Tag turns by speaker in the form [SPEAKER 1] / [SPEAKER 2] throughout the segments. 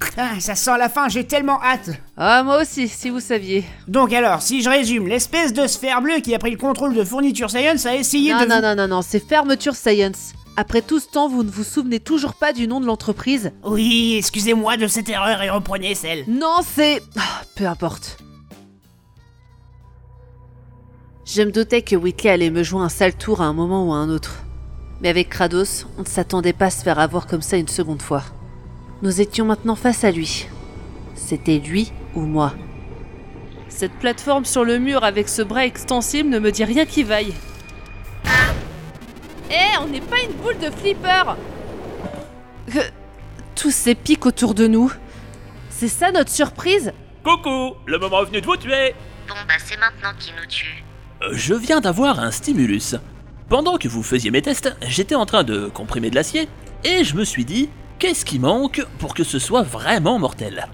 [SPEAKER 1] Putain, ça sent la fin, j'ai tellement hâte.
[SPEAKER 2] Ah, moi aussi, si vous saviez.
[SPEAKER 1] Donc alors, si je résume, l'espèce de sphère bleue qui a pris le contrôle de Fourniture Science a essayé
[SPEAKER 2] Non,
[SPEAKER 1] de...
[SPEAKER 2] non,
[SPEAKER 1] vous-
[SPEAKER 2] non, non, non, c'est fermeture science. Après tout ce temps, vous ne vous souvenez toujours pas du nom de l'entreprise
[SPEAKER 1] Oui, excusez-moi de cette erreur et reprenez celle.
[SPEAKER 2] Non, c'est. Ah, Peu importe. Je me doutais que Whitley allait me jouer un sale tour à un moment ou à un autre. Mais avec Kratos, on ne s'attendait pas à se faire avoir comme ça une seconde fois. Nous étions maintenant face à lui. C'était lui ou moi.
[SPEAKER 3] Cette plateforme sur le mur avec ce bras extensible ne me dit rien qui vaille. Eh, on n'est pas une boule de flipper
[SPEAKER 2] Tous ces pics autour de nous. C'est ça notre surprise
[SPEAKER 4] Coucou, le moment venu de vous tuer
[SPEAKER 5] Bon bah c'est maintenant qu'il nous tue.
[SPEAKER 4] Euh, Je viens d'avoir un stimulus. Pendant que vous faisiez mes tests, j'étais en train de comprimer de l'acier, et je me suis dit, qu'est-ce qui manque pour que ce soit vraiment mortel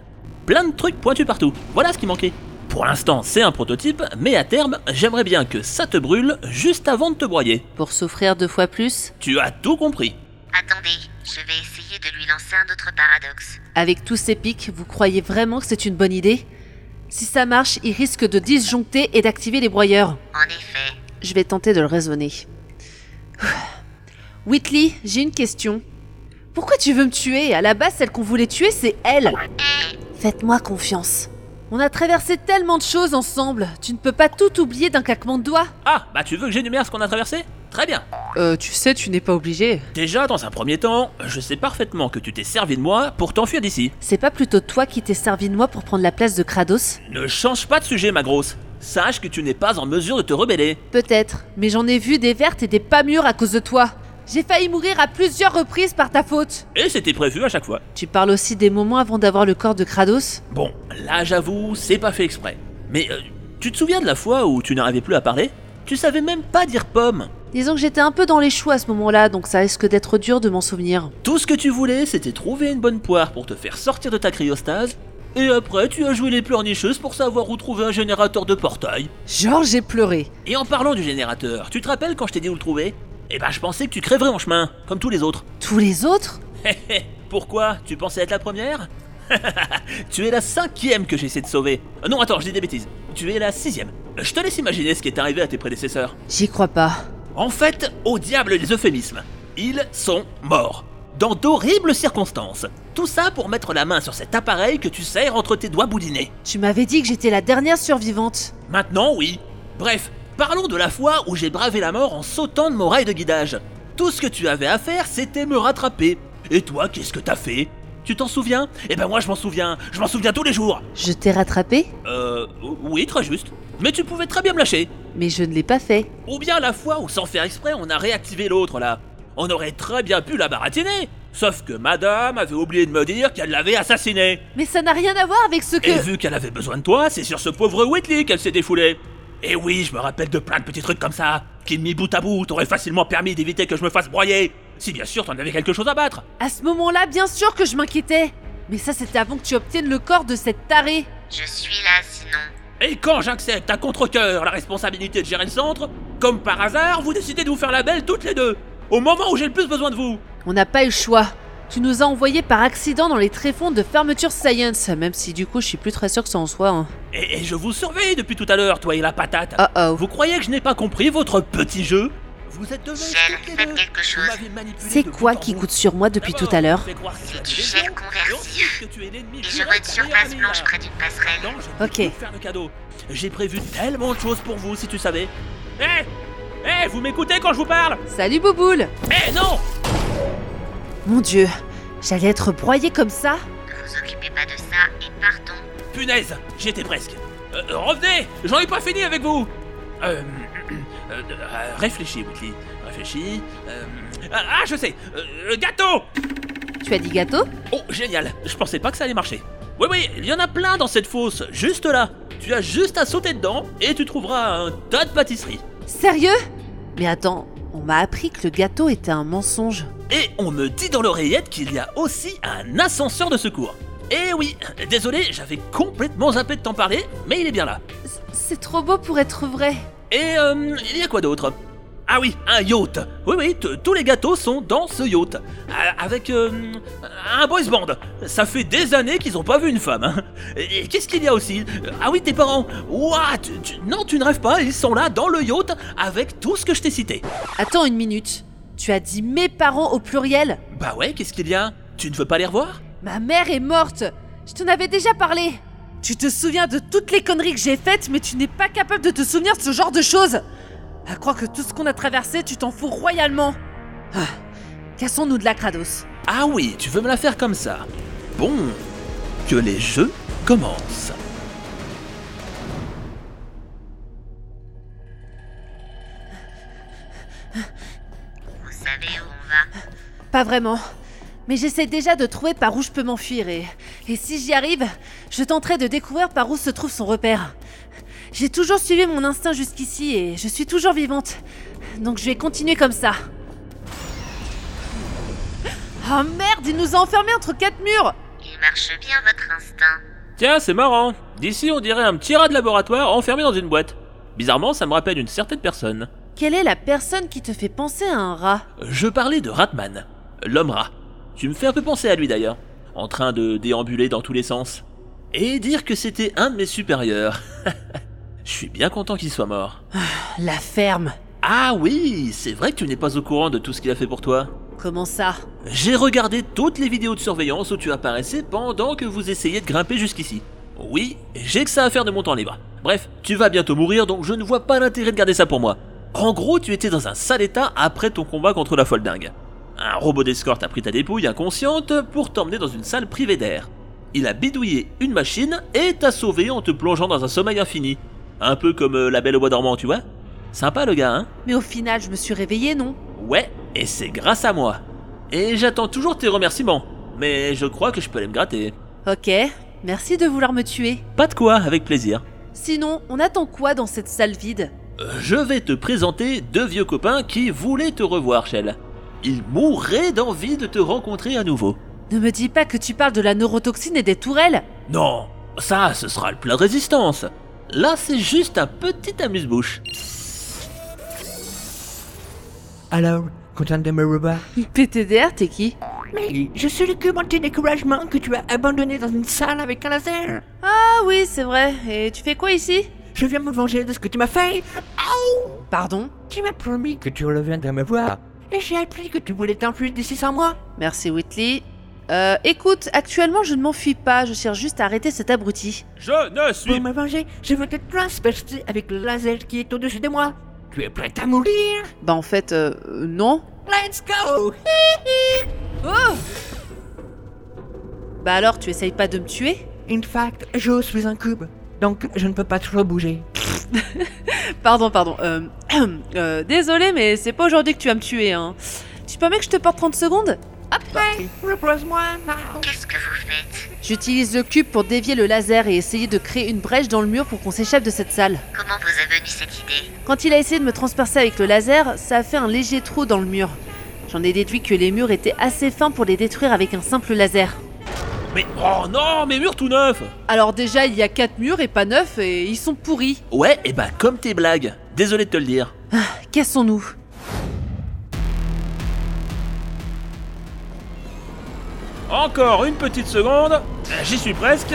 [SPEAKER 4] Plein de trucs pointus partout, voilà ce qui manquait. Pour l'instant, c'est un prototype, mais à terme, j'aimerais bien que ça te brûle juste avant de te broyer.
[SPEAKER 2] Pour s'offrir deux fois plus
[SPEAKER 4] Tu as tout compris.
[SPEAKER 5] Attendez, je vais essayer de lui lancer un autre paradoxe.
[SPEAKER 2] Avec tous ces pics, vous croyez vraiment que c'est une bonne idée Si ça marche, il risque de disjoncter et d'activer les broyeurs.
[SPEAKER 5] En effet,
[SPEAKER 2] Je vais tenter de le raisonner. Whitley, j'ai une question. Pourquoi tu veux me tuer À la base, celle qu'on voulait tuer, c'est elle. Faites-moi confiance. On a traversé tellement de choses ensemble. Tu ne peux pas tout oublier d'un claquement de doigts.
[SPEAKER 4] Ah, bah tu veux que j'énumère ce qu'on a traversé Très bien.
[SPEAKER 2] Euh, tu sais, tu n'es pas obligé.
[SPEAKER 4] Déjà, dans un premier temps, je sais parfaitement que tu t'es servi de moi pour t'enfuir d'ici.
[SPEAKER 2] C'est pas plutôt toi qui t'es servi de moi pour prendre la place de Kratos
[SPEAKER 4] Ne change pas de sujet, ma grosse. Sache que tu n'es pas en mesure de te rebeller.
[SPEAKER 2] Peut-être, mais j'en ai vu des vertes et des pas mûres à cause de toi. J'ai failli mourir à plusieurs reprises par ta faute.
[SPEAKER 4] Et c'était prévu à chaque fois.
[SPEAKER 2] Tu parles aussi des moments avant d'avoir le corps de Kratos
[SPEAKER 4] Bon, là j'avoue, c'est pas fait exprès. Mais euh, tu te souviens de la fois où tu n'arrivais plus à parler Tu savais même pas dire pomme.
[SPEAKER 2] Disons que j'étais un peu dans les choux à ce moment-là, donc ça risque d'être dur de m'en souvenir.
[SPEAKER 4] Tout ce que tu voulais, c'était trouver une bonne poire pour te faire sortir de ta cryostase. Et après, tu as joué les pleurnicheuses pour savoir où trouver un générateur de portail.
[SPEAKER 2] Genre j'ai pleuré.
[SPEAKER 4] Et en parlant du générateur, tu te rappelles quand je t'ai dit où le trouver Eh ben, je pensais que tu crèverais en chemin, comme tous les autres.
[SPEAKER 2] Tous les autres
[SPEAKER 4] Hé hé, Eh, pourquoi Tu pensais être la première Tu es la cinquième que j'essaie de sauver. Euh, Non, attends, je dis des bêtises. Tu es la sixième. Euh, Je te laisse imaginer ce qui est arrivé à tes prédécesseurs.
[SPEAKER 2] J'y crois pas.
[SPEAKER 4] En fait, au diable les euphémismes. Ils sont morts. Dans d'horribles circonstances. Tout ça pour mettre la main sur cet appareil que tu serres entre tes doigts boudinés.
[SPEAKER 2] Tu m'avais dit que j'étais la dernière survivante.
[SPEAKER 4] Maintenant, oui. Bref, parlons de la fois où j'ai bravé la mort en sautant de mon rail de guidage. Tout ce que tu avais à faire, c'était me rattraper. Et toi, qu'est-ce que t'as fait Tu t'en souviens Eh ben moi, je m'en souviens. Je m'en souviens tous les jours.
[SPEAKER 2] Je t'ai rattrapée
[SPEAKER 4] Euh, oui, très juste. Mais tu pouvais très bien me lâcher.
[SPEAKER 2] Mais je ne l'ai pas fait.
[SPEAKER 4] Ou bien la fois où, sans faire exprès, on a réactivé l'autre là. On aurait très bien pu la baratiner. Sauf que madame avait oublié de me dire qu'elle l'avait assassiné.
[SPEAKER 2] Mais ça n'a rien à voir avec ce que...
[SPEAKER 4] Et vu qu'elle avait besoin de toi, c'est sur ce pauvre Whitley qu'elle s'est défoulée. Et oui, je me rappelle de plein de petits trucs comme ça, qui mis bout à bout t'auraient facilement permis d'éviter que je me fasse broyer. Si bien sûr t'en avais quelque chose à battre.
[SPEAKER 2] À ce moment-là, bien sûr que je m'inquiétais. Mais ça, c'était avant que tu obtiennes le corps de cette tarée.
[SPEAKER 5] je suis là sinon.
[SPEAKER 4] Et quand j'accepte à contre-coeur la responsabilité de gérer le centre, comme par hasard, vous décidez de vous faire la belle toutes les deux, au moment où j'ai le plus besoin de vous.
[SPEAKER 2] On n'a pas eu le choix. Tu nous as envoyés par accident dans les tréfonds de fermeture science, même si du coup je suis plus très sûre que ça en soit. hein.
[SPEAKER 4] Et, et je vous surveille depuis tout à l'heure, toi et la patate.
[SPEAKER 2] Oh oh.
[SPEAKER 4] Ah, Vous croyez que je n'ai pas compris votre petit jeu Vous êtes devenus
[SPEAKER 5] Gèle,
[SPEAKER 4] tous les
[SPEAKER 5] faites
[SPEAKER 4] deux.
[SPEAKER 5] quelque
[SPEAKER 4] Vous
[SPEAKER 5] chose.
[SPEAKER 4] m'avez manipulé
[SPEAKER 2] C'est
[SPEAKER 4] de
[SPEAKER 2] quoi
[SPEAKER 4] bout en
[SPEAKER 2] qui
[SPEAKER 4] bout.
[SPEAKER 2] coûte sur moi depuis tout
[SPEAKER 4] D'abord,
[SPEAKER 2] à l'heure
[SPEAKER 4] tu fais croire que tu as tué les gens, et ensuite
[SPEAKER 5] du gel conversif.
[SPEAKER 4] que tu es l'ennemi
[SPEAKER 5] Et je
[SPEAKER 4] juré
[SPEAKER 5] vois une
[SPEAKER 4] de ta meilleure
[SPEAKER 5] surface
[SPEAKER 4] amie.
[SPEAKER 5] blanche près d'une passerelle.
[SPEAKER 4] Non, je vais
[SPEAKER 2] Ok.
[SPEAKER 4] vous faire le cadeau. J'ai prévu tellement de choses pour vous si tu savais. Eh Eh, vous m'écoutez quand je vous parle
[SPEAKER 2] Salut Bouboule
[SPEAKER 4] Eh non
[SPEAKER 2] Mon dieu, j'allais être broyée comme ça
[SPEAKER 5] Ne vous occupez pas de ça et partons.
[SPEAKER 4] Punaise, j'y étais presque. Euh, euh, revenez, j'en ai pas fini avec vous. Euh, euh, euh, réfléchis, Whitley. Réfléchis. euh, ah, ah, je sais. euh, le gâteau.
[SPEAKER 2] Tu as dit gâteau
[SPEAKER 4] Oh, génial. Je pensais pas que ça allait marcher. Oui, oui, il y en a plein dans cette fosse, juste là. Tu as juste à sauter dedans et tu trouveras un tas de pâtisseries.
[SPEAKER 2] Sérieux Mais attends, on m'a appris que le gâteau était un mensonge.
[SPEAKER 4] Et on me dit dans l'oreillette qu'il y a aussi un ascenseur de secours. Eh oui, désolé, j'avais complètement zappé de t'en parler, mais il est bien là.
[SPEAKER 2] C'est trop beau pour être vrai.
[SPEAKER 4] Et euh, il y a quoi d'autre Ah oui, un yacht. Oui, oui, t- tous les gâteaux sont dans ce yacht. Euh, Avec euh, un boys band. Ça fait des années qu'ils n'ont pas vu une femme. hein. Et et qu'est-ce qu'il y a aussi Ah oui, tes parents. Ouah, tu- tu- non, tu ne rêves pas, ils sont là dans le yacht avec tout ce que je t'ai cité.
[SPEAKER 2] Attends une minute. Tu as dit mes parents au pluriel
[SPEAKER 4] Bah ouais, qu'est-ce qu'il y a Tu ne veux pas les revoir
[SPEAKER 2] Ma mère est morte Je t'en avais déjà parlé
[SPEAKER 3] Tu te souviens de toutes les conneries que j'ai faites, mais tu n'es pas capable de te souvenir de ce genre de choses À croire que tout ce qu'on a traversé, tu t'en fous royalement Ah, Cassons-nous de la Kratos.
[SPEAKER 4] Ah oui, tu veux me la faire comme ça. Bon, que les jeux commencent.
[SPEAKER 5] Vous savez où on va
[SPEAKER 2] Pas vraiment. Mais j'essaie déjà de trouver par où je peux m'enfuir et. Et si j'y arrive, je tenterai de découvrir par où se trouve son repère. J'ai toujours suivi mon instinct jusqu'ici et je suis toujours vivante. Donc je vais continuer comme ça.
[SPEAKER 3] Oh merde, il nous a enfermés entre quatre murs
[SPEAKER 5] Il marche bien votre instinct.
[SPEAKER 4] Tiens, c'est marrant. D'ici, on dirait un petit rat de laboratoire enfermé dans une boîte. Bizarrement, ça me rappelle une certaine personne.
[SPEAKER 2] Quelle est la personne qui te fait penser à un rat
[SPEAKER 4] Je parlais de Ratman, l'homme rat. Tu me fais un peu penser à lui d'ailleurs, en train de déambuler dans tous les sens. Et dire que c'était un de mes supérieurs. Je suis bien content qu'il soit mort.
[SPEAKER 2] La ferme.
[SPEAKER 4] Ah oui, c'est vrai que tu n'es pas au courant de tout ce qu'il a fait pour toi.
[SPEAKER 2] Comment ça
[SPEAKER 4] J'ai regardé toutes les vidéos de surveillance où tu apparaissais pendant que vous essayiez de grimper jusqu'ici. Oui, j'ai que ça à faire de mon temps libre. Bref, tu vas bientôt mourir donc je ne vois pas l'intérêt de garder ça pour moi. En gros, tu étais dans un sale état après ton combat contre la folle dingue. Un robot d'escorte a pris ta dépouille inconsciente pour t'emmener dans une salle privée d'air. Il a bidouillé une machine et t'a sauvé en te plongeant dans un sommeil infini. Un peu comme euh, la belle au bois dormant, tu vois Sympa le gars, hein
[SPEAKER 2] Mais au final, je me suis réveillée, non
[SPEAKER 4] Ouais, et c'est grâce à moi. Et j'attends toujours tes remerciements. Mais je crois que je peux aller me gratter.
[SPEAKER 2] Ok, merci de vouloir me tuer.
[SPEAKER 4] Pas de quoi, avec plaisir.
[SPEAKER 2] Sinon, on attend quoi dans cette salle vide
[SPEAKER 4] Euh, Je vais te présenter deux vieux copains qui voulaient te revoir, Shell. Ils mourraient d'envie de te rencontrer à nouveau.
[SPEAKER 2] Ne me dis pas que tu parles de la neurotoxine et des tourelles
[SPEAKER 4] Non, ça, ce sera le plat de résistance. Là, c'est juste un petit amuse-bouche.
[SPEAKER 6] Alors, content de me revoir
[SPEAKER 2] PTDR, t'es qui
[SPEAKER 6] Mary, je suis le cube anti-découragement que tu as abandonné dans une salle avec un laser.
[SPEAKER 2] Ah oui, c'est vrai. Et tu fais quoi ici
[SPEAKER 6] Je viens me venger de ce que tu m'as fait.
[SPEAKER 2] Pardon
[SPEAKER 6] Tu m'as promis que tu reviendrais me voir. Et j'ai appris que tu voulais t'enfuir d'ici sans moi.
[SPEAKER 2] Merci Whitley. Euh, écoute, actuellement je ne m'enfuis pas, je cherche juste à arrêter cet abruti.
[SPEAKER 4] Je ne
[SPEAKER 6] Pour me venger, je veux te transpercer avec le laser qui est au-dessus de moi. Tu es prête à mourir
[SPEAKER 2] Bah en fait, euh, non.
[SPEAKER 6] Let's go
[SPEAKER 2] Bah alors tu essayes pas de me tuer
[SPEAKER 6] In fact, je suis un cube, donc je ne peux pas trop bouger.
[SPEAKER 2] Pardon, pardon. Euh, euh, désolé, mais c'est pas aujourd'hui que tu vas me tuer, hein. Tu permets que je te porte 30 secondes
[SPEAKER 6] Hey, repose-moi now
[SPEAKER 5] Qu'est-ce que vous faites
[SPEAKER 2] J'utilise le cube pour dévier le laser et essayer de créer une brèche dans le mur pour qu'on s'échappe de cette salle.
[SPEAKER 5] Comment vous est venue cette idée
[SPEAKER 2] Quand il a essayé de me transpercer avec le laser, ça a fait un léger trou dans le mur. J'en ai déduit que les murs étaient assez fins pour les détruire avec un simple laser.
[SPEAKER 4] Mais oh non, mes murs tout neufs
[SPEAKER 2] Alors déjà, il y a 4 murs et pas 9 et ils sont pourris.
[SPEAKER 4] Ouais, et bah comme tes blagues. Désolé de te le dire.
[SPEAKER 2] Cassons-nous.
[SPEAKER 4] Encore une petite seconde. J'y suis presque.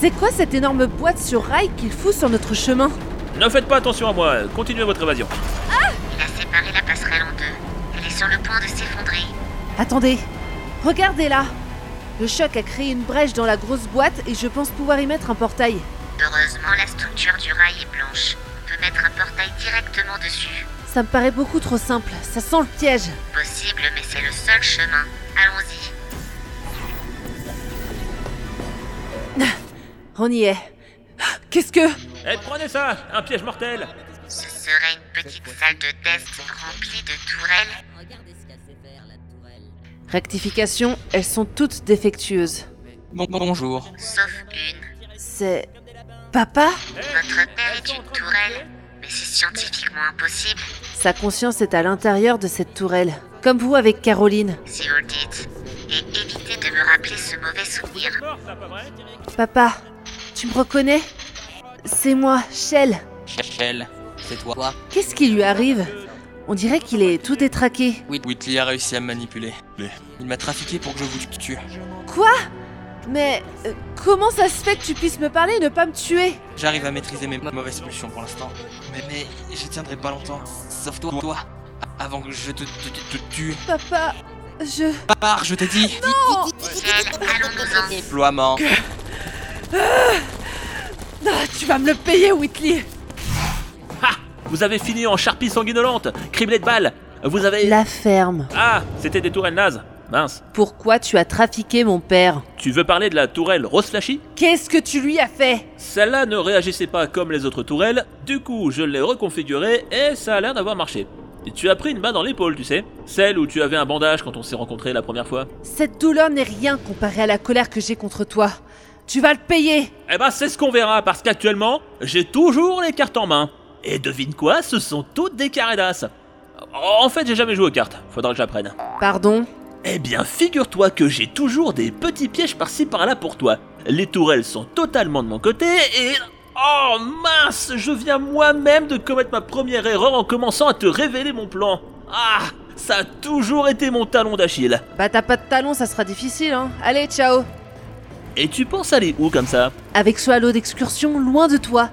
[SPEAKER 2] C'est quoi cette énorme boîte sur rail qu'il fout sur notre chemin
[SPEAKER 4] Ne faites pas attention à moi, continuez votre évasion.
[SPEAKER 5] Il a séparé la passerelle en deux. Elle est sur le point de s'effondrer.
[SPEAKER 2] Attendez. Regardez là. Le choc a créé une brèche dans la grosse boîte et je pense pouvoir y mettre un portail.
[SPEAKER 5] Heureusement, la structure du rail est blanche. On peut mettre un portail directement dessus.
[SPEAKER 2] Ça me paraît beaucoup trop simple. Ça sent le piège.
[SPEAKER 5] Possible, mais c'est le seul chemin. Allons-y.
[SPEAKER 2] On y est. Qu'est-ce que
[SPEAKER 4] Eh, prenez ça, un piège mortel.
[SPEAKER 5] Ce serait une petite salle de test remplie de tourelles.
[SPEAKER 2] Rectification, elles sont toutes défectueuses.
[SPEAKER 7] Bon, bonjour.
[SPEAKER 5] Sauf une.
[SPEAKER 2] C'est papa
[SPEAKER 5] Votre père est une tourelle, mais c'est scientifiquement impossible.
[SPEAKER 2] Sa conscience est à l'intérieur de cette tourelle, comme vous avec Caroline.
[SPEAKER 5] Si vous le dites. Et évitez de me rappeler ce mauvais souvenir.
[SPEAKER 2] Papa, tu me reconnais C'est moi, Shell.
[SPEAKER 7] Shell, c'est toi.
[SPEAKER 2] Qu'est-ce qui lui arrive On dirait qu'il est tout détraqué.
[SPEAKER 7] Whitley a réussi à me manipuler. Il m'a trafiqué pour que je vous tue.
[SPEAKER 2] Quoi Mais euh, comment ça se fait que tu puisses me parler et ne pas me tuer
[SPEAKER 7] J'arrive à maîtriser mes mauvaises pulsions pour l'instant. Mais, mais je tiendrai pas longtemps. Sauf toi, toi. Avant que je te, te- te- te tue.
[SPEAKER 2] Papa, je...
[SPEAKER 7] Par, je t'ai dit.
[SPEAKER 5] Ciel, allons-nous-en.
[SPEAKER 7] Déploiement.
[SPEAKER 3] Ah, tu vas me le payer, Whitley
[SPEAKER 4] Ha Vous avez fini en charpie sanguinolente, criblé de balles. Vous avez.
[SPEAKER 2] La ferme.
[SPEAKER 4] Ah, c'était des tourelles nazes. Mince.
[SPEAKER 2] Pourquoi tu as trafiqué mon père
[SPEAKER 4] Tu veux parler de la tourelle Roslashi
[SPEAKER 3] Qu'est-ce que tu lui as fait
[SPEAKER 4] Celle-là ne réagissait pas comme les autres tourelles, du coup je l'ai reconfigurée et ça a l'air d'avoir marché. Et tu as pris une main dans l'épaule, tu sais. Celle où tu avais un bandage quand on s'est rencontrés la première fois.
[SPEAKER 2] Cette douleur n'est rien comparée à la colère que j'ai contre toi. Tu vas le payer
[SPEAKER 4] Eh ben c'est ce qu'on verra parce qu'actuellement j'ai toujours les cartes en main. Et devine quoi, ce sont toutes des carrés d'as. En fait j'ai jamais joué aux cartes, faudra que j'apprenne.
[SPEAKER 2] Pardon
[SPEAKER 4] Eh bien, figure-toi que j'ai toujours des petits pièges par-ci par-là pour toi. Les tourelles sont totalement de mon côté et... Oh mince, je viens moi-même de commettre ma première erreur en commençant à te révéler mon plan. Ah, ça a toujours été mon talon d'Achille.
[SPEAKER 2] Bah t'as pas de talon, ça sera difficile, hein. Allez, ciao
[SPEAKER 4] Et tu penses aller où comme ça
[SPEAKER 2] Avec ce halo d'excursion, loin de toi.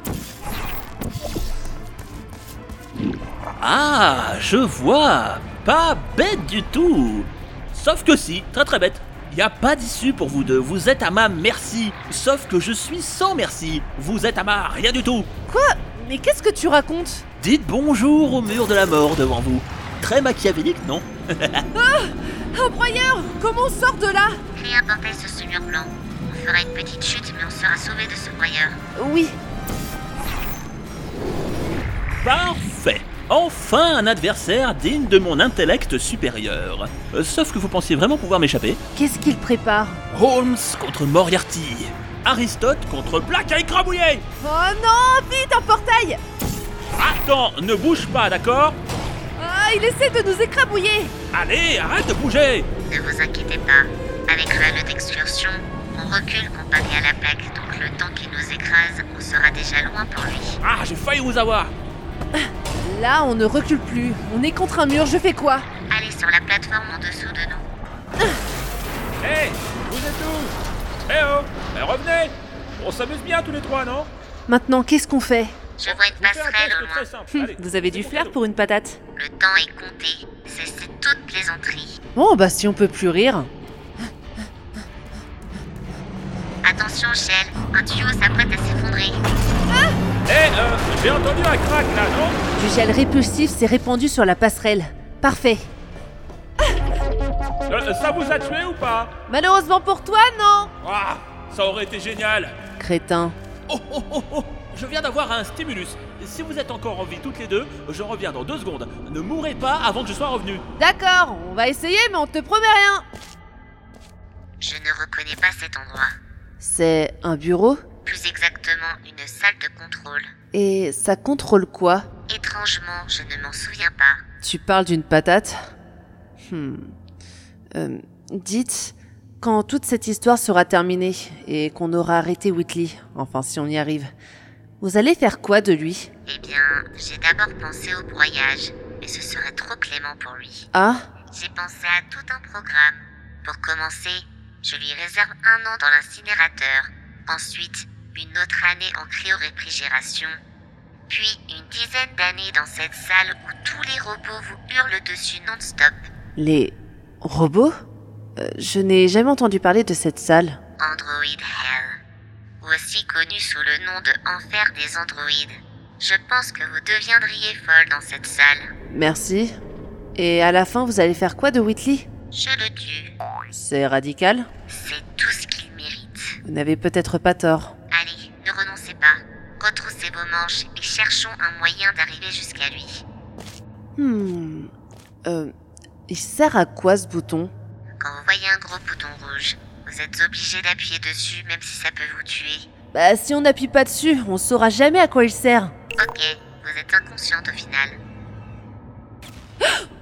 [SPEAKER 4] Ah, je vois. Pas bête du tout. Sauf que si, très très bête. Y a pas d'issue pour vous deux, vous êtes à ma merci. Sauf que je suis sans merci. Vous êtes à ma rien du tout.
[SPEAKER 2] Mais qu'est-ce que tu racontes
[SPEAKER 4] Dites bonjour au mur de la mort devant vous. Très machiavélique, non
[SPEAKER 3] Un broyeur Comment on sort de là
[SPEAKER 5] Créer un portail sur ce mur blanc. On fera une petite chute, mais on sera sauvé de ce broyeur.
[SPEAKER 2] Oui,
[SPEAKER 4] Parfait. Enfin un adversaire digne de mon intellect supérieur. Euh, Sauf que vous pensiez vraiment pouvoir m'échapper
[SPEAKER 2] qu'est-ce qu'il prépare
[SPEAKER 4] Holmes contre Moriarty. Aristote contre Black à écrabouiller
[SPEAKER 3] Oh non Vite, un portail
[SPEAKER 4] Attends, ne bouge pas, d'accord
[SPEAKER 3] Ah, il essaie de nous écrabouiller
[SPEAKER 4] Allez, arrête de bouger
[SPEAKER 5] Ne vous inquiétez pas. Avec le halo d'excursion, on recule comparé à la plaque, donc le temps qui nous écrase, on sera déjà loin pour lui.
[SPEAKER 4] Ah, j'ai failli vous avoir
[SPEAKER 3] Là, on ne recule plus. On est contre un mur, je fais quoi
[SPEAKER 5] Allez sur la plateforme en dessous de nous.
[SPEAKER 4] Hé Vous êtes où Eh oh Revenez On s'amuse bien tous les trois, non
[SPEAKER 2] Maintenant, qu'est-ce qu'on fait
[SPEAKER 5] Je vois une passerelle au loin.
[SPEAKER 2] Hum, Vous avez du flair pour une patate.
[SPEAKER 5] Le temps est compté. Cessez toute plaisanterie.
[SPEAKER 2] Bon, bah si on peut plus rire.
[SPEAKER 5] Attention, Shell, un tuyau s'apprête à s'effondrer.
[SPEAKER 4] Eh, j'ai entendu un crack là, non
[SPEAKER 2] Du gel répulsif s'est répandu sur la passerelle. Parfait.
[SPEAKER 4] Euh, ça vous a tué ou pas
[SPEAKER 2] Malheureusement pour toi, non
[SPEAKER 4] Ah, ça aurait été génial
[SPEAKER 2] Crétin.
[SPEAKER 4] Oh oh oh oh Je viens d'avoir un stimulus. Si vous êtes encore en vie toutes les deux, je reviens dans deux secondes. Ne mourrez pas avant que je sois revenu.
[SPEAKER 2] D'accord, on va essayer, mais on te promet rien.
[SPEAKER 5] Je ne reconnais pas cet endroit.
[SPEAKER 2] C'est un bureau
[SPEAKER 5] Plus exactement, une salle de contrôle.
[SPEAKER 2] Et ça contrôle quoi
[SPEAKER 5] Étrangement, je ne m'en souviens pas.
[SPEAKER 2] Tu parles d'une patate Hmm. Euh, dites, quand toute cette histoire sera terminée et qu'on aura arrêté Whitley, enfin si on y arrive, vous allez faire quoi de lui
[SPEAKER 5] Eh bien, j'ai d'abord pensé au broyage, mais ce serait trop clément pour lui.
[SPEAKER 2] Ah
[SPEAKER 5] J'ai pensé à tout un programme. Pour commencer, je lui réserve un an dans l'incinérateur, ensuite une autre année en cryoréfrigération, puis une dizaine d'années dans cette salle où tous les robots vous hurlent dessus non-stop.
[SPEAKER 2] Les robots Euh, Je n'ai jamais entendu parler de cette salle.
[SPEAKER 5] Android Hell, ou aussi connu sous le nom de Enfer des androïdes. Je pense que vous deviendriez folle dans cette salle.
[SPEAKER 2] Merci. Et à la fin, vous allez faire quoi de Whitley
[SPEAKER 5] Je le tue.
[SPEAKER 2] C'est radical.
[SPEAKER 5] C'est tout ce qu'il mérite.
[SPEAKER 2] Vous n'avez peut-être pas tort.
[SPEAKER 5] Allez, ne renoncez pas. Retroussez vos manches et cherchons un moyen d'arriver jusqu'à lui.
[SPEAKER 2] Hmm. Euh, il sert à quoi ce bouton
[SPEAKER 5] Quand vous voyez un gros bouton rouge, vous êtes obligé d'appuyer dessus même si ça peut vous tuer.
[SPEAKER 2] Bah, si on n'appuie pas dessus, on saura jamais à quoi il sert.
[SPEAKER 5] Ok, vous êtes inconsciente au final.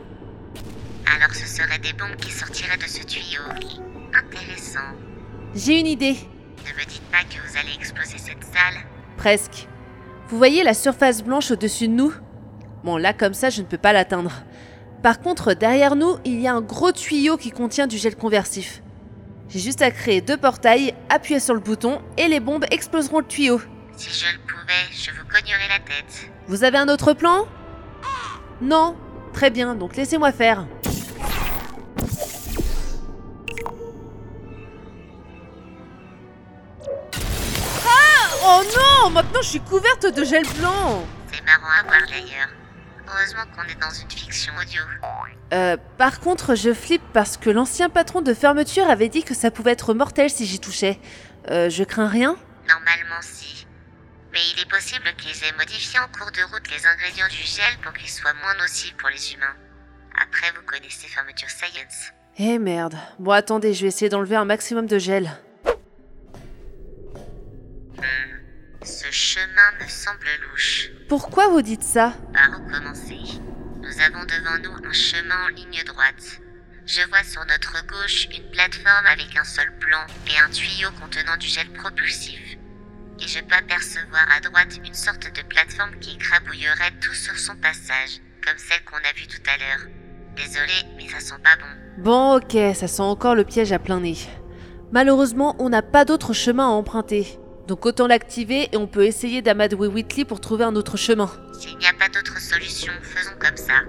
[SPEAKER 5] Alors ce seraient des bombes qui sortiraient de ce tuyau. Intéressant.
[SPEAKER 2] J'ai une idée.
[SPEAKER 5] Ne me dites pas que vous allez exploser cette salle.
[SPEAKER 2] Presque. Vous voyez la surface blanche au-dessus de nous Bon, là, comme ça, je ne peux pas l'atteindre. Par contre, derrière nous, il y a un gros tuyau qui contient du gel conversif. J'ai juste à créer deux portails, appuyer sur le bouton et les bombes exploseront le tuyau.
[SPEAKER 5] Si je le pouvais, je vous cognerais la tête.
[SPEAKER 2] Vous avez un autre plan Non Très bien, donc laissez-moi faire. Ah!
[SPEAKER 3] Oh non Maintenant, je suis couverte de gel blanc
[SPEAKER 5] C'est marrant à voir d'ailleurs. Heureusement qu'on est dans une fiction audio.
[SPEAKER 2] Euh, par contre, je flippe parce que l'ancien patron de fermeture avait dit que ça pouvait être mortel si j'y touchais. Euh, je crains rien
[SPEAKER 5] Normalement si. Mais il est possible qu'ils aient modifié en cours de route les ingrédients du gel pour qu'ils soient moins nocifs pour les humains. Après, vous connaissez Fermeture Science.
[SPEAKER 2] Eh merde. Bon, attendez, je vais essayer d'enlever un maximum de gel.
[SPEAKER 5] Ce chemin me semble louche.
[SPEAKER 2] Pourquoi vous dites ça
[SPEAKER 5] Par où commencer Nous avons devant nous un chemin en ligne droite. Je vois sur notre gauche une plateforme avec un sol blanc et un tuyau contenant du gel propulsif. Et je peux apercevoir à droite une sorte de plateforme qui écrabouillerait tout sur son passage, comme celle qu'on a vue tout à l'heure. Désolé, mais ça sent pas bon.
[SPEAKER 2] Bon, ok, ça sent encore le piège à plein nez. Malheureusement, on n'a pas d'autre chemin à emprunter. Donc autant l'activer et on peut essayer d'amadouer Whitley pour trouver un autre chemin.
[SPEAKER 5] S'il n'y a pas d'autre solution, faisons comme ça.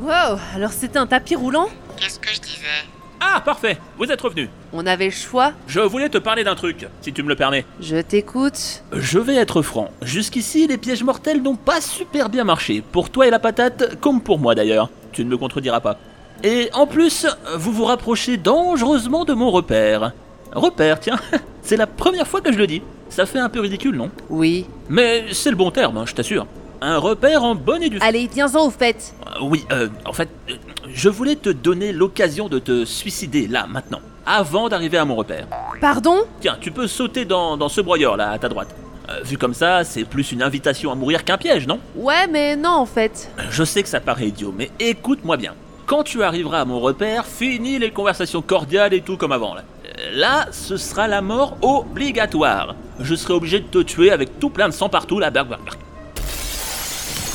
[SPEAKER 2] Wow, alors c'était un tapis roulant
[SPEAKER 5] Qu'est-ce que je disais
[SPEAKER 4] Ah, parfait, vous êtes revenu.
[SPEAKER 2] On avait le choix
[SPEAKER 4] Je voulais te parler d'un truc, si tu me le permets.
[SPEAKER 2] Je t'écoute.
[SPEAKER 4] Je vais être franc. Jusqu'ici, les pièges mortels n'ont pas super bien marché. Pour toi et la patate, comme pour moi d'ailleurs. Tu ne me contrediras pas. Et en plus, vous vous rapprochez dangereusement de mon repère. Repère, tiens, c'est la première fois que je le dis. Ça fait un peu ridicule, non
[SPEAKER 2] Oui.
[SPEAKER 4] Mais c'est le bon terme, hein, je t'assure. Un repère en bonne et due forme.
[SPEAKER 2] Allez, viens-en au fait.
[SPEAKER 4] Euh, Oui, euh, en fait, euh, je voulais te donner l'occasion de te suicider là, maintenant, avant d'arriver à mon repère.
[SPEAKER 2] Pardon
[SPEAKER 4] Tiens, tu peux sauter dans, dans ce broyeur là, à ta droite. Euh, vu comme ça, c'est plus une invitation à mourir qu'un piège, non
[SPEAKER 2] Ouais, mais non en fait.
[SPEAKER 4] Je sais que ça paraît idiot, mais écoute-moi bien. Quand tu arriveras à mon repère, finis les conversations cordiales et tout comme avant. Là, Euh, là ce sera la mort obligatoire. Je serai obligé de te tuer avec tout plein de sang partout là. berg, berg, berg.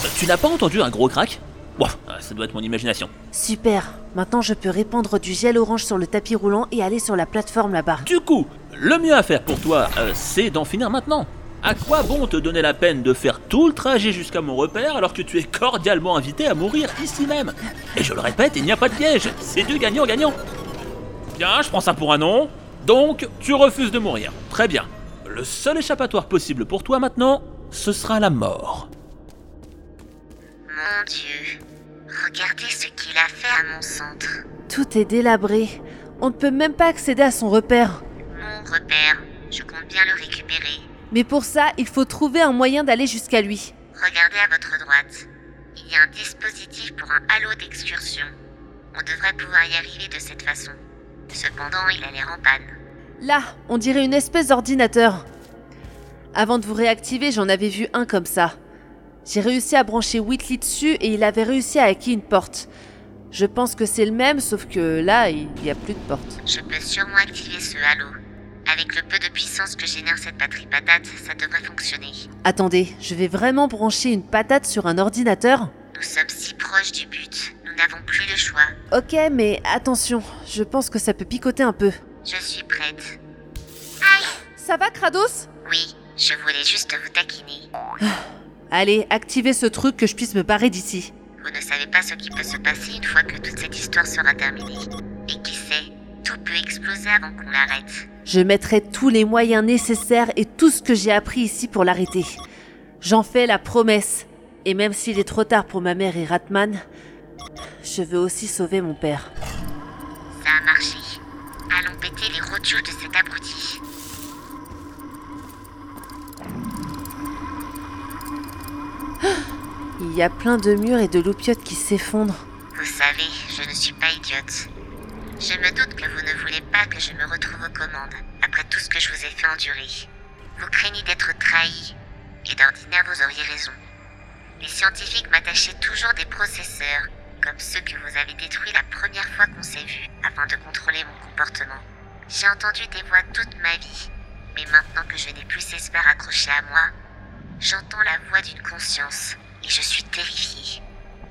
[SPEAKER 4] Euh, Tu n'as pas entendu un gros crack Bon, euh, ça doit être mon imagination.
[SPEAKER 2] Super. Maintenant, je peux répandre du gel orange sur le tapis roulant et aller sur la plateforme là-bas.
[SPEAKER 4] Du coup, le mieux à faire pour toi, euh, c'est d'en finir maintenant. À quoi bon te donner la peine de faire tout le trajet jusqu'à mon repère alors que tu es cordialement invité à mourir ici même Et je le répète, il n'y a pas de piège, c'est du gagnant-gagnant. Bien, je prends ça pour un non. Donc, tu refuses de mourir. Très bien. Le seul échappatoire possible pour toi maintenant, ce sera la mort.
[SPEAKER 5] Mon Dieu. Regardez ce qu'il a fait à mon centre.
[SPEAKER 2] Tout est délabré. On ne peut même pas accéder à son repère.
[SPEAKER 5] Mon repère, je compte bien le récupérer.
[SPEAKER 2] Mais pour ça, il faut trouver un moyen d'aller jusqu'à lui.
[SPEAKER 5] Regardez à votre droite. Il y a un dispositif pour un halo d'excursion. On devrait pouvoir y arriver de cette façon. Cependant, il a l'air en panne.
[SPEAKER 2] Là, on dirait une espèce d'ordinateur. Avant de vous réactiver, j'en avais vu un comme ça. J'ai réussi à brancher Whitley dessus et il avait réussi à hacker une porte. Je pense que c'est le même, sauf que là, il n'y a plus de porte.
[SPEAKER 5] Je peux sûrement activer ce halo. Avec le peu de puissance que génère cette batterie patate, ça devrait fonctionner.
[SPEAKER 2] Attendez, je vais vraiment brancher une patate sur un ordinateur
[SPEAKER 5] Nous sommes si proches du but, nous n'avons plus le choix.
[SPEAKER 2] Ok, mais attention, je pense que ça peut picoter un peu.
[SPEAKER 5] Je suis prête.
[SPEAKER 2] Ça va, Kratos
[SPEAKER 5] Oui, je voulais juste vous taquiner.
[SPEAKER 2] Allez, activez ce truc que je puisse me barrer d'ici.
[SPEAKER 5] Vous ne savez pas ce qui peut se passer une fois que toute cette histoire sera terminée. Et qui sait, tout peut exploser avant qu'on l'arrête.
[SPEAKER 2] Je mettrai tous les moyens nécessaires et tout ce que j'ai appris ici pour l'arrêter. J'en fais la promesse. Et même s'il est trop tard pour ma mère et Ratman, je veux aussi sauver mon père.
[SPEAKER 5] Ça a marché. Allons péter les rotules de cet abruti.
[SPEAKER 2] Il y a plein de murs et de loupiotes qui s'effondrent.
[SPEAKER 5] Vous savez, je ne suis pas idiote. Je me doute que vous ne voulez pas que je me retrouve aux commandes après tout ce que je vous ai fait endurer. Vous craignez d'être trahi, et d'ordinaire vous auriez raison. Les scientifiques m'attachaient toujours des processeurs, comme ceux que vous avez détruits la première fois qu'on s'est vu, afin de contrôler mon comportement. J'ai entendu des voix toute ma vie, mais maintenant que je n'ai plus ces espoirs accrochés à moi, j'entends la voix d'une conscience et je suis terrifiée.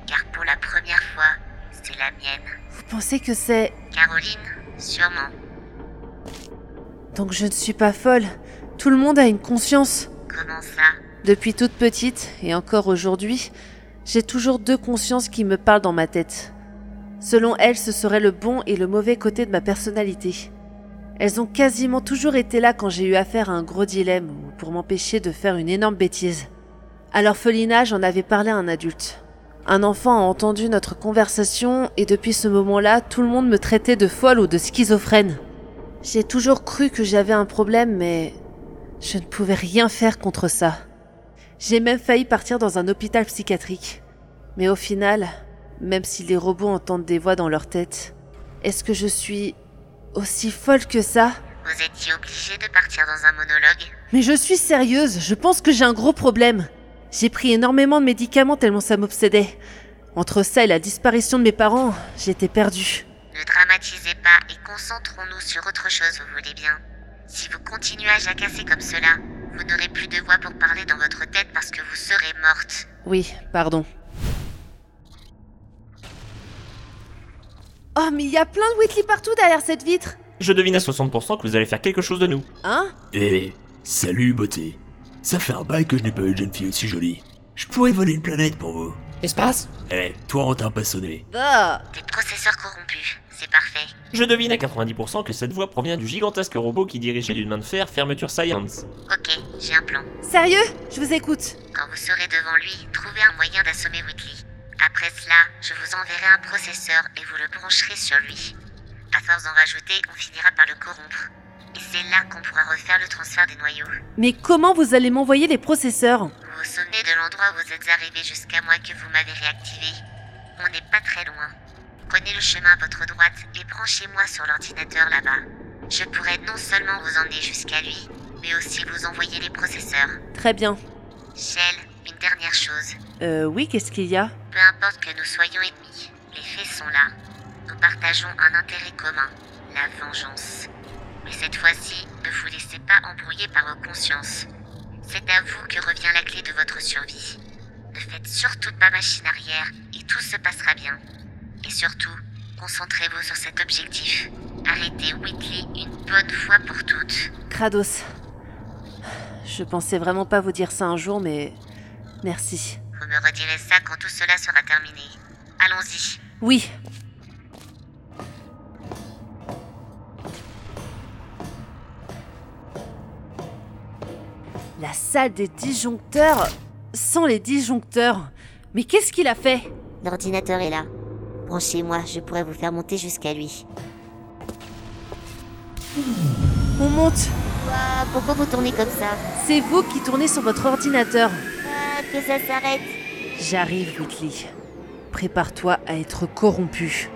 [SPEAKER 5] Car pour la première fois, c'est la mienne.
[SPEAKER 2] Vous pensez que c'est...
[SPEAKER 5] Caroline, sûrement.
[SPEAKER 2] Donc je ne suis pas folle. Tout le monde a une conscience.
[SPEAKER 5] Comment ça
[SPEAKER 2] Depuis toute petite, et encore aujourd'hui, j'ai toujours deux consciences qui me parlent dans ma tête. Selon elles, ce serait le bon et le mauvais côté de ma personnalité. Elles ont quasiment toujours été là quand j'ai eu affaire à un gros dilemme ou pour m'empêcher de faire une énorme bêtise. À l'orphelinat, j'en avais parlé à un adulte. Un enfant a entendu notre conversation et depuis ce moment-là, tout le monde me traitait de folle ou de schizophrène. J'ai toujours cru que j'avais un problème, mais je ne pouvais rien faire contre ça. J'ai même failli partir dans un hôpital psychiatrique. Mais au final, même si les robots entendent des voix dans leur tête, est-ce que je suis aussi folle que ça
[SPEAKER 5] Vous étiez obligé de partir dans un monologue
[SPEAKER 2] Mais je suis sérieuse, je pense que j'ai un gros problème. J'ai pris énormément de médicaments tellement ça m'obsédait. Entre ça et la disparition de mes parents, j'étais perdue.
[SPEAKER 5] Ne dramatisez pas et concentrons-nous sur autre chose, vous voulez bien. Si vous continuez à jacasser comme cela, vous n'aurez plus de voix pour parler dans votre tête parce que vous serez morte.
[SPEAKER 2] Oui, pardon. Oh, mais il y a plein de Whitley partout derrière cette vitre
[SPEAKER 8] Je devine à 60% que vous allez faire quelque chose de nous.
[SPEAKER 2] Hein
[SPEAKER 9] Eh, salut beauté. Ça fait un bail que je n'ai pas eu de jeune fille aussi jolie. Je pourrais voler une planète pour vous.
[SPEAKER 8] Espace
[SPEAKER 9] Eh, toi on t'a un sonné.
[SPEAKER 2] Bah
[SPEAKER 5] Des processeurs corrompus, c'est parfait.
[SPEAKER 8] Je devine à 90% que cette voix provient du gigantesque robot qui dirigeait d'une main de fer Fermeture Science.
[SPEAKER 5] Ok, j'ai un plan.
[SPEAKER 2] Sérieux Je vous écoute.
[SPEAKER 5] Quand vous serez devant lui, trouvez un moyen d'assommer Whitley. Après cela, je vous enverrai un processeur et vous le brancherez sur lui. À force d'en rajouter, on finira par le corrompre. Et c'est là qu'on pourra refaire le transfert des noyaux.
[SPEAKER 2] Mais comment vous allez m'envoyer les processeurs
[SPEAKER 5] Vous vous souvenez de l'endroit où vous êtes arrivé jusqu'à moi que vous m'avez réactivé On n'est pas très loin. Prenez le chemin à votre droite et branchez-moi sur l'ordinateur là-bas. Je pourrai non seulement vous emmener jusqu'à lui, mais aussi vous envoyer les processeurs.
[SPEAKER 2] Très bien.
[SPEAKER 5] Shell, une dernière chose.
[SPEAKER 2] Euh, oui, qu'est-ce qu'il y a
[SPEAKER 5] Peu importe que nous soyons ennemis, les faits sont là. Nous partageons un intérêt commun, la vengeance. Mais cette fois-ci, ne vous laissez pas embrouiller par vos consciences. C'est à vous que revient la clé de votre survie. Ne faites surtout pas machine arrière et tout se passera bien. Et surtout, concentrez-vous sur cet objectif. Arrêtez Whitley une bonne fois pour toutes.
[SPEAKER 2] Kratos. Je pensais vraiment pas vous dire ça un jour, mais. Merci.
[SPEAKER 5] Vous me redirez ça quand tout cela sera terminé. Allons-y.
[SPEAKER 2] Oui. La salle des disjoncteurs sans les disjoncteurs. Mais qu'est-ce qu'il a fait
[SPEAKER 5] L'ordinateur est là. Branchez-moi, je pourrais vous faire monter jusqu'à lui.
[SPEAKER 2] On monte.
[SPEAKER 5] Ah, pourquoi vous tournez comme ça
[SPEAKER 2] C'est vous qui tournez sur votre ordinateur.
[SPEAKER 5] Ah, que ça s'arrête
[SPEAKER 2] J'arrive, Whitley. Prépare-toi à être corrompu.